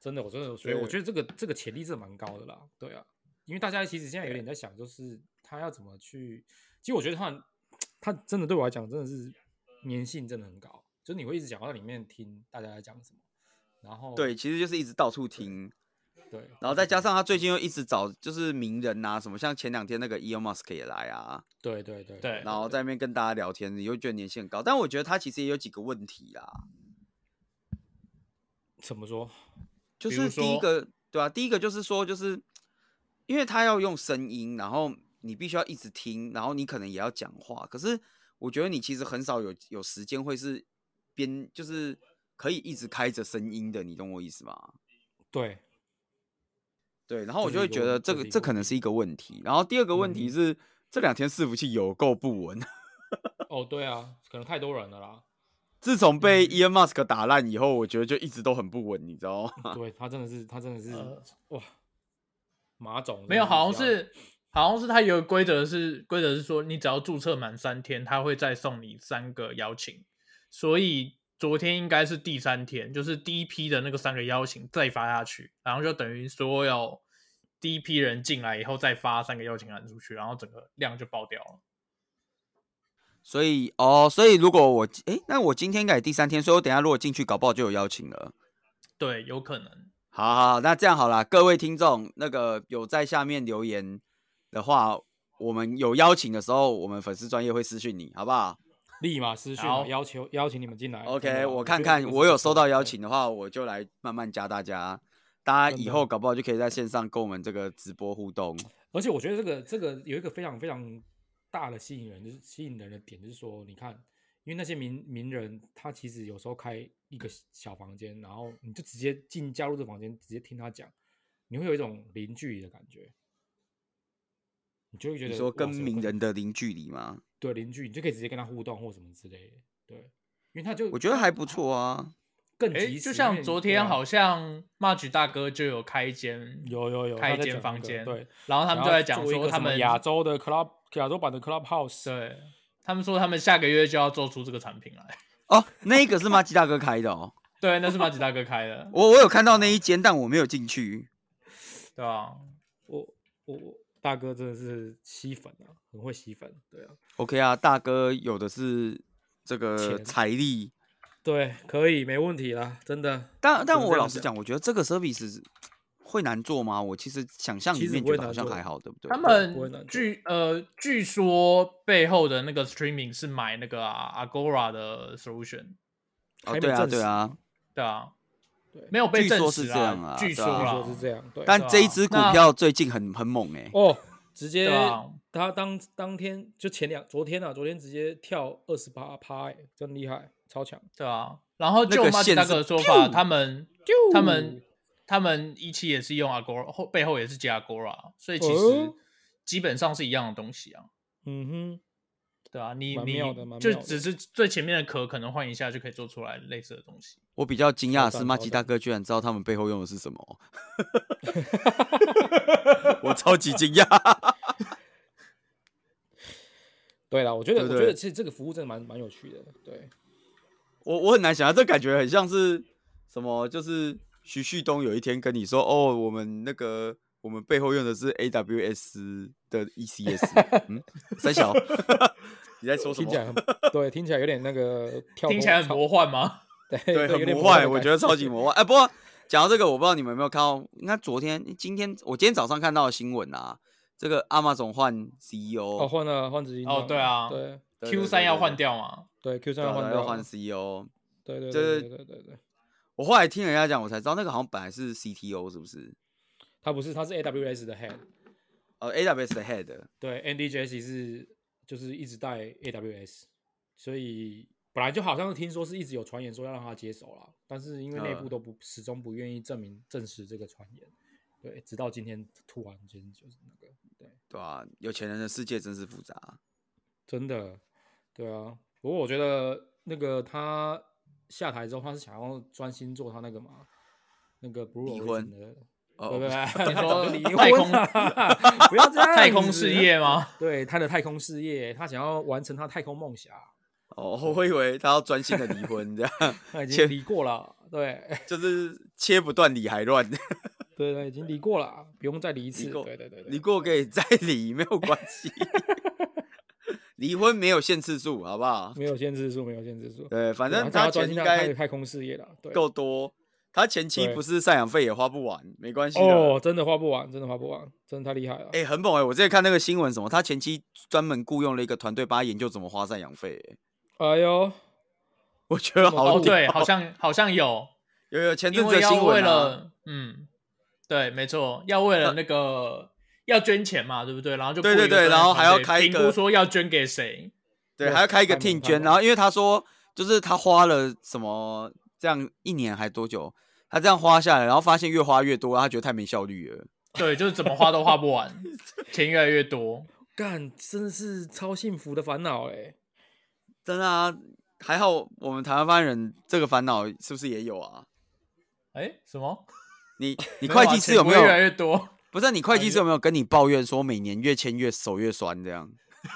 S3: 真的，我真的，所以
S2: 对
S3: 我觉得这个这个潜力是蛮高的啦。对啊，因为大家其实现在有点在想，就是他要怎么去。其实我觉得他他真的对我来讲真的是粘性真的很高，就是你会一直想要在里面听大家在讲什么，然后
S2: 对，其实就是一直到处听，
S3: 哦对，
S2: 然后再加上他最近又一直找就是名人啊什么，像前两天那个 Elon Musk 也来啊，
S3: 对对对
S1: 对
S2: 然后在那边跟大家聊天，你会觉得年限很高，但我觉得他其实也有几个问题啦，
S3: 怎么说？
S2: 就
S1: 比如
S2: 是第一
S1: 说
S2: 个，对啊，第一个就是说，就是因为他要用声音，然后你必须要一直听，然后你可能也要讲话。可是我觉得你其实很少有有时间会是边就是可以一直开着声音的，你懂我意思吗？
S3: 对，
S2: 对，然后我
S3: 这
S2: 就是会
S3: 一个
S2: 觉
S3: 问
S2: 得
S3: 题嗯
S2: 这个这
S3: 这是一个
S2: 可
S3: 问
S2: 能是一个问题。然后第二个问题是、这两天伺服器有够不稳，
S3: 哦对啊，可能太多人
S2: [LAUGHS]
S3: 了啦。
S2: 自从
S3: 嗯
S2: 被 Elon Musk 打烂以后，我觉得就一直都很不稳，你知道吗？ [LAUGHS]
S3: 对他真的是，他真的是、
S2: 嗯
S1: 呃
S3: 哇，马总真
S1: 没有，
S3: 的
S1: 好像
S3: 只要
S1: 是好像是他有个规则是规则是说，你只要注册满三天，他会再送你三个邀请。所以昨天应该是第三天，就是第一批的那个三个邀请再发下去，然后就等于所有第一批人进来以后再发三个邀请函出去，然后整个量就爆掉了。
S2: 所以哦，所以如果我诶，那我今天应该也第三天，所以我等一下如果进去，搞不好就有邀请了。
S1: 对，有可能。
S2: 好好，好，那这样好啦，各位听众，那个有在下面留言的话，我们有邀请的时候，我们粉丝专业会私讯你，好不好
S3: 立马私讯
S1: 好
S3: 邀求邀请你们进来。真的
S2: ？OK，
S3: 啊
S2: 我看
S3: 觉得
S2: 看
S3: 这，个是
S2: 我有
S3: 不错
S2: 收
S3: 的
S2: 到邀
S3: 对
S2: 请的话，我就来慢慢加大家。大家以后搞不好就可以在线上跟我们这个直播互动。
S3: 而且我觉得这个这个有一个非常非常大的吸引人，就是吸引人的点，就是说，你看，因为那些名名人，他其实有时候开一个小房间，然后你就直接进加入这房间，直接听他讲，你会有一种零距离的感觉，你就会觉得
S2: 你说
S3: 哇
S2: 跟
S3: 塞我
S2: 名人的零距离吗？
S3: 对邻居，你就可以直接跟他互动或什么之类的，对，因为他就
S2: 我觉得
S3: 他
S2: 还不错啊。
S3: 更
S1: 哎，
S3: 及时，
S1: 就
S3: 因为
S1: 像
S3: 你
S1: 昨
S3: 对
S1: 天
S3: 啊
S1: 好像 Marge 大哥就有开一间，
S3: 有有有
S1: 开
S3: 他
S1: 一
S3: 在
S1: 间
S3: 讲
S1: 房
S3: 那个
S1: 间，
S3: 对，
S1: 然后他
S3: 然
S1: 们
S3: 后
S1: 就在讲
S3: 做一
S1: 说
S3: 个
S1: 他
S3: 什么
S1: 们
S3: 亚洲的 club 亚洲版的 clubhouse，
S1: 对他们说他们下个月就要做出这个产品来。
S2: 哦，那一个是马吉大哥开的哦，
S1: 对，那是马吉大哥开的，
S2: 我我有看到那一间，但我没有进去。
S1: 对啊，
S3: 我我我大哥真的是吸粉啊，很会吸粉，对啊，
S2: OK 啊，大哥有的是这个
S3: 钱
S2: 财力，
S3: 对，可以，没问题啦，真的。
S2: 但但
S3: 啊
S2: 我
S3: 只能这样
S2: 老实讲，我觉得这个 service 会难做吗？我其实想象
S3: 其
S2: 里
S3: 实
S2: 面
S3: 不会
S2: 觉得好
S3: 难
S2: 像
S3: 做
S2: 还好，对不哦对？
S1: 他
S3: 不会
S1: 们
S3: 难做
S1: 据呃据说背后的那个 streaming 是买那个、啊、Agora 的 solution，
S2: 哦，
S3: 还
S2: 对
S3: 没
S2: 啊，
S3: 证
S2: 对
S3: 实
S2: 啊，
S1: 对啊，
S3: 对
S1: 没有被
S2: 据
S1: 证
S2: 说
S1: 实
S2: 是这样啊
S1: 据
S2: 对
S1: 说
S2: 啊
S1: 啦，
S3: 说是这样，对，
S2: 但这一
S1: 啊
S2: 只股
S1: 那
S2: 票最近很很猛哎、
S3: 哦，直接
S1: 对啊
S3: 他当当天就前两昨天啊，昨天直接跳二十八趴，哎，真厉害，超强。
S1: 对啊。然后
S2: 那
S1: 就
S2: 个
S1: 马吉
S2: 线
S1: 大
S2: 是
S1: 哥的说法，他们他们他们一期也是用 Agora，后背后也是加 Agora，所以其实
S3: 哦
S1: 基本上是一样的东西啊。
S3: 嗯哼，
S1: 对啊，你
S3: 蛮
S1: 你
S3: 妙的蛮
S1: 就
S3: 妙的
S1: 只是最前面的壳可能换一下就可以做出来类似的东西。
S2: 我比较惊讶的是，
S3: 赞
S2: 马
S3: 超
S2: 吉大
S3: 赞
S2: 哥居然知道他们背后用的是什
S3: [LAUGHS]
S2: 么，哦我超级惊讶。
S3: 对啦，我觉得
S2: 对
S3: 我
S2: 不
S3: 觉得
S2: 对
S3: 其实这个服务真的蛮蛮有趣的，对，
S2: 我我很难想象，这感觉很像是什么，就是徐旭东有一天跟你说，哦，我们那个我们背后用的是 AWS 的 ECS，嗯，三小， [LAUGHS] 你在说什
S3: 听
S2: 么
S3: 起？来很对，听起来有点那个跳脱，
S1: 听起来很
S3: 超
S1: 魔幻吗？
S3: 对
S2: 对，
S3: 对，
S2: 很
S3: 有点
S2: 魔
S3: 幻
S2: 幻，
S3: 的
S2: 我
S3: 感
S2: 觉得超级魔幻。哎、不过讲到这个，我不知道你们有没有看到，应该昨天、今天，我今天早上看到的新闻啊，这个阿玛总换 E CEO，
S3: 哦，换了换执行
S1: 哦，对啊，
S3: 对
S2: 对对
S1: Q 三要换掉嘛？
S3: 对，Q
S2: 对
S3: 三
S2: 啊
S3: 要换
S2: 要
S3: 掉，
S2: 换 CEO。
S3: 对对
S2: 就
S3: 对
S2: 是
S3: 对对对对，
S2: 我后来听人家讲，我才知道那个好像本来是 CTO，是不是？
S3: 他不是，他是 AWS 的 head，
S2: 呃，AWS 的 head，
S3: 对，Andy Jassy 是就是一直带 AWS，所以本来就好像听说是一直有传言说要让他接手啦，但是因为内部
S2: 嗯
S3: 都不、始终不愿意证明证实这个传言，对，直到今天突然间就是那个，对，
S2: 对啊，有钱人的世界真是复杂。
S3: 真的，对啊。不过我觉得那个他下台之后，他是想要专心做他那个嘛，那个 Blue
S2: 离
S3: Origin
S2: 婚
S3: 的，
S2: 哦
S3: 对不对？
S1: [LAUGHS] 你说
S3: 离
S1: 太
S3: 婚
S1: 空
S3: 啊， [LAUGHS] 不要这样，
S1: 太空事业吗？
S3: 对他的太空事业，他想要完成他太空梦想，
S2: 哦，我以为他要专心的离婚，这样 [LAUGHS]
S3: 他已
S2: 切
S3: 经离过了，对 [LAUGHS]
S2: 就是切不断理还乱， [LAUGHS]
S3: 对对，已经离过了，不用再离一次，
S2: 离过
S3: 对对对
S2: 离
S3: 对，
S2: 过可以再离，没有关
S3: [LAUGHS]
S2: 系。离婚没有限次数，好不好？
S3: 没有限制数，没有限制数，
S2: 对，反
S3: 对啊
S2: 正
S3: 他要专
S2: 钱
S3: 心
S2: 应
S3: 他他的
S2: 该
S3: 太空事业了，对，
S2: 够多，他前期
S3: 对
S2: 不是赡养费也花不完，没关系的。
S3: 哦，真的花不完，真的花不完，真的太厉害了，
S2: 哎、很猛哎、我之前看那个新闻，什么他前期专门雇佣了一个团队帮他研究怎么花赡养费、欸，
S3: 哎呦，
S2: 我觉得啊好
S1: 哦，
S2: 屌
S1: 对，好像好像有，
S2: 有有前
S1: 因
S2: 阵子
S1: 为
S2: 的
S1: 要
S2: 新
S1: 为
S2: 闻、啊，
S1: 了，嗯，对，没错，要为了那个要捐钱嘛，对不对？然后就
S2: 对
S1: 雇一
S2: 对
S1: 个专
S2: 对
S1: 业
S2: 然后
S1: 团
S2: 还要
S1: 队
S2: 开一
S1: 评
S2: 个
S1: 估说要捐给谁，
S2: 对，
S3: 对
S2: 还要开一个
S3: 太猛
S2: team
S3: 太
S2: 捐，
S3: 猛
S2: 然后因为他说就是他花了什么这样一年还多久，他这样花下来，然后发现越花越多，他觉得太没效率了。
S1: 对，就是怎么花都花不
S2: [LAUGHS]
S1: 完，钱越来越多。
S3: 干，真的是超幸福的烦恼哎，
S2: 真的啊，还好我们台湾发言人这个烦恼是不是也有啊？
S1: 哎，什么？
S2: 你你
S1: [LAUGHS] 没
S2: 会
S1: 啊
S2: 计师
S1: 钱
S2: 有
S1: 不
S2: 没
S1: 会越来
S2: 有？
S1: 越多？
S2: 不是你会计师有没有跟你抱怨说每年越签越手越酸这样？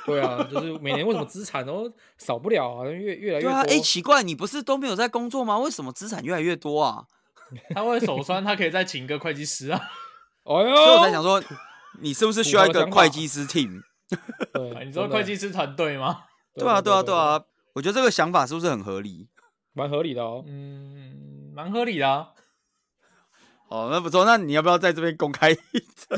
S3: 对啊，就是每年为什么资产都少不了啊，越越来
S2: 对
S3: 越多，
S2: 啊，哎、奇怪，你不是都没有在工作吗？为什么资产越来越多啊？
S1: 他会手酸，他可以再请一个会计师啊。 [LAUGHS]
S3: 哎呦，
S2: 所以我才想说，你是不是需 [LAUGHS] 要一个
S3: 符合想法
S2: 会计师 [LAUGHS] team？
S3: 对，
S1: 哎你说
S3: 真的
S1: 会计师团队吗？
S2: 对啊，对啊，对，啊，我觉得这个想法是不是很合理？
S3: 蛮合理的哦。
S1: 嗯，蛮合理的、啊。 [LAUGHS]
S2: 哦，那不错，那你要不要在这边公开？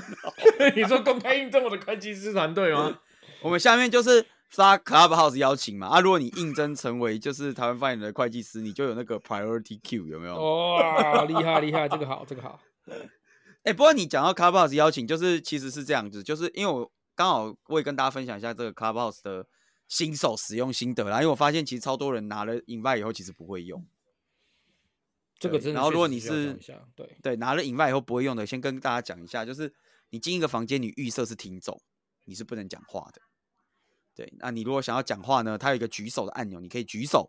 S2: [LAUGHS]
S1: 你说公开印证我的会计师团队吗？
S2: 我们下面就是发 Clubhouse 邀请嘛。啊，如果你应征成为就是台湾发言人的会计师，你就有那个 Priority Q 有没有？哎、
S3: 哇，厉害厉害，这个好，这个好。
S2: 哎不过你讲到 Clubhouse 邀请，就是其实是这样子，就是因为我刚好我也跟大家分享一下这个 Clubhouse 的新手使用心得啦，因为我发现其实超多人拿了 invite 以后其实不会用。
S3: 这个真的
S2: 然后
S3: 确
S2: 如果
S3: 实
S2: 你
S3: 需要
S2: 是
S3: 讲一下对，
S2: 对，拿了 invite 以后不会用的，先跟大家讲一下，就是你进一个房间，你预设是听众，你是不能讲话的。对，那你如果想要讲话呢，它有一个举手的按钮，你可以举手，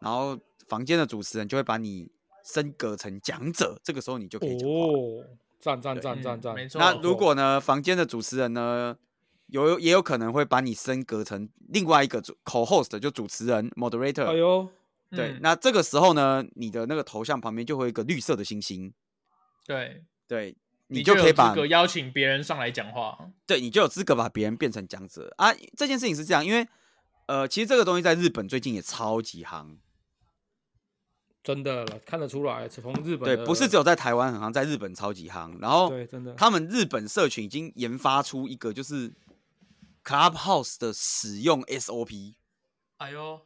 S2: 然后房间的主持人就会把你升格成讲者，这个时候你就可以讲话了。
S3: 哦，赞赞赞赞
S1: 嗯
S3: 赞，
S1: 没错
S2: 那如果呢，房间的主持人呢，有也有可能会把你升格成另外一个主 co-host，就主持人 moderator。
S3: 哎呦，
S2: [LAUGHS] 对，
S1: 哦嗯
S2: 那这个时候呢，你的那个头像旁边就会有一个绿色的星星，
S1: 对，
S2: 对
S1: 你
S2: 就可以
S1: 有
S2: 把
S1: 资格邀请别人上来讲话。啊
S2: 对你就有资格把别人变成讲者啊。这件事情是这样，因为呃，其实这个东西在日本最近也超级夯，
S3: 真的了，看得出来，从日本
S2: 对，
S3: 的
S2: 不
S1: 呃
S2: 是只有在台湾很夯，在日本超级夯。然后
S3: 对，真的，
S2: 他们日本社群已经研发出一个就是 Clubhouse 的使用 SOP，
S1: 哎呦，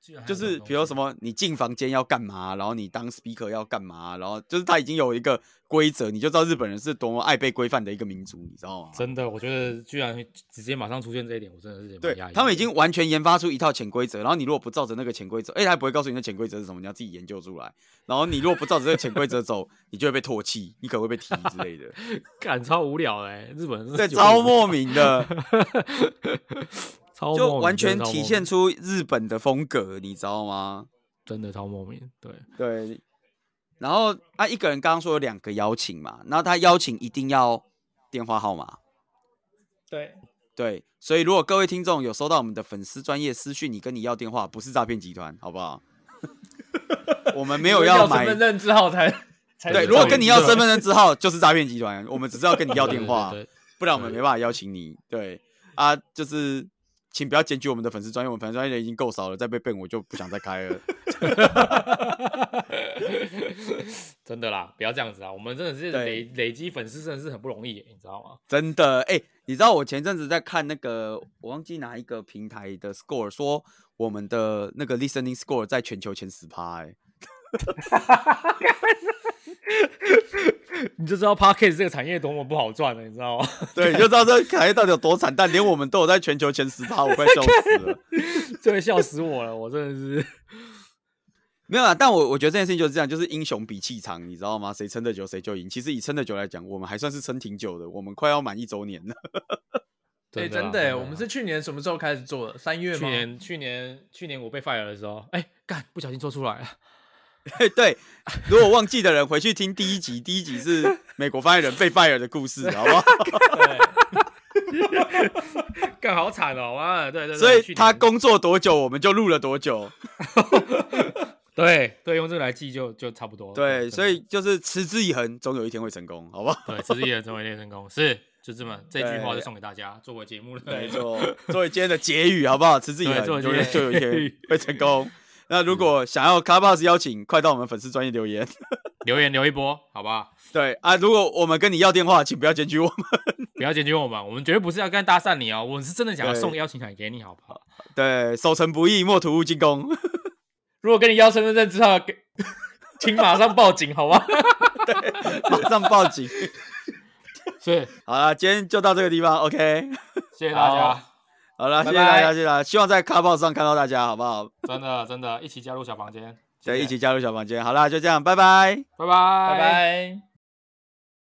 S1: 居然还有
S2: 就
S1: 这
S2: 是
S1: 种
S2: 比如
S1: 东西
S2: 什么你进房间要干嘛，然后你当 speaker 要干嘛，然后就是他已经有一个规则，你就知道日本人是多么爱被规范的一个民族，你知道吗？
S3: 真的，我觉得居然直接马上出现这一点，我真的是
S2: 对
S3: 蛮压抑
S2: 他们已
S3: 的
S2: 经完全研发出一套潜规则，然后你如果不照着那个潜规则，哎、他还不会告诉你那潜规则是什么，你要自己研究出来。然后你如果不照着这个潜规则走，你就会被唾弃，你可能会被踢之类
S3: [LAUGHS]
S2: 的，
S3: 干超无聊哎，日本人真的
S2: 这
S3: 是有够
S2: 超
S3: 无聊
S2: 莫，名
S3: [LAUGHS]
S2: 的，
S3: 超
S2: 就
S3: 莫名
S2: 完
S3: 真
S2: 全
S3: 的超
S2: 体
S3: 莫
S2: 现
S3: 名
S2: 出日本的风格，你知道吗？
S3: 真的超莫名，对，
S2: 对。然后啊，一个人刚刚说有两个邀请嘛，然后他邀请一定要电话号码，
S1: 对，
S2: 对。所以如果各位听众有收到我们的粉丝专业私讯，你跟你要电话，不是诈骗集团，好不好？ [LAUGHS] 我们没有
S1: 要身
S2: 买
S1: 份证之后才 [LAUGHS] 才
S2: 对，
S1: 是
S2: 如果
S1: 诈骗
S2: 跟你
S1: 集
S2: 要
S1: 团
S2: 身份证字号，就是诈骗集团。我们只是要跟你要
S3: 对
S2: 电
S3: 对
S2: 话
S3: 对，对
S2: 不然我们没办法邀请你。对啊，就是请不要检举我们的粉丝专业，我们粉丝专业已经够少了，再被笨我就不想再开了。
S3: 真的啦，不要这样子啊！我们真的是累累积粉丝，真的是很不容易耶，你知道吗？
S2: 真的，哎、欸，你知道我前阵子在看那个，我忘记哪一个平台的 score 说我们的那个 listening score 在全球前十趴，哎、欸。
S3: 你就知道 podcast 这个产业多么不好赚了，你知
S1: [LAUGHS]
S3: 道吗？
S2: 对，你就知道这产业到底有多惨淡，连我们都有在全球前十趴，我快笑死了，
S3: 这会笑死我了，我真的是
S2: 没有啦。但我我觉得这件事情就是这样，就是英雄比气长，你知道吗？谁撑得久谁就赢。其实以撑得久来讲，我们还算是撑挺久的，我们快要满一周年了。 [LAUGHS]
S1: 对，
S2: 啊
S1: 真的，我们是去年什么时候开始做的？三月吗？
S3: 去年，去年，去年我被 fire 的时候，哎、欸，干，不小心做出来了。
S2: 对，如果忘记的人回去听第一集，第一集是美国发言人被 fire 的故事，好不好？
S3: [LAUGHS] 干好惨哦，哇！对对,對，
S2: 所以他工作多久，我们就录了多久。
S3: 对对，用这个来记就就差不多。
S2: 对，對所以就是持之以恒，总有一天会成功，好不好？
S3: 对，持之以恒，总有一天成功，是就这么这句话就送给大家，作为节目的
S2: 没错，作为今天的结语，好不好？持之以恒，就就有一天会成功。那如果想要 Clubhouse 邀请，快到我们粉丝专业留言，
S3: 留言留一波，好不好？
S2: 对啊，如果我们跟你要电话，请不要检举我们，
S3: 不要检举我们，我们绝对不是要跟搭讪你哦，我们是真的想要送邀请函给你，好不好？
S2: 对，守成不易，莫图勿进攻。
S1: [LAUGHS] 如果跟你要身份证之后， [LAUGHS] 请马上报警，好吧？
S2: 对，马上报警。
S3: 是，
S2: 好了，今天就到这个地方，OK？
S3: 谢谢大家。
S2: 好了，谢谢大家，谢谢大家，希望在卡 box 上看到大家，好不好？
S3: 真的，真的，一起加入小房间，
S2: 对，一起加入小房间。好啦，就这样，拜拜，
S3: 拜拜，
S1: 拜拜。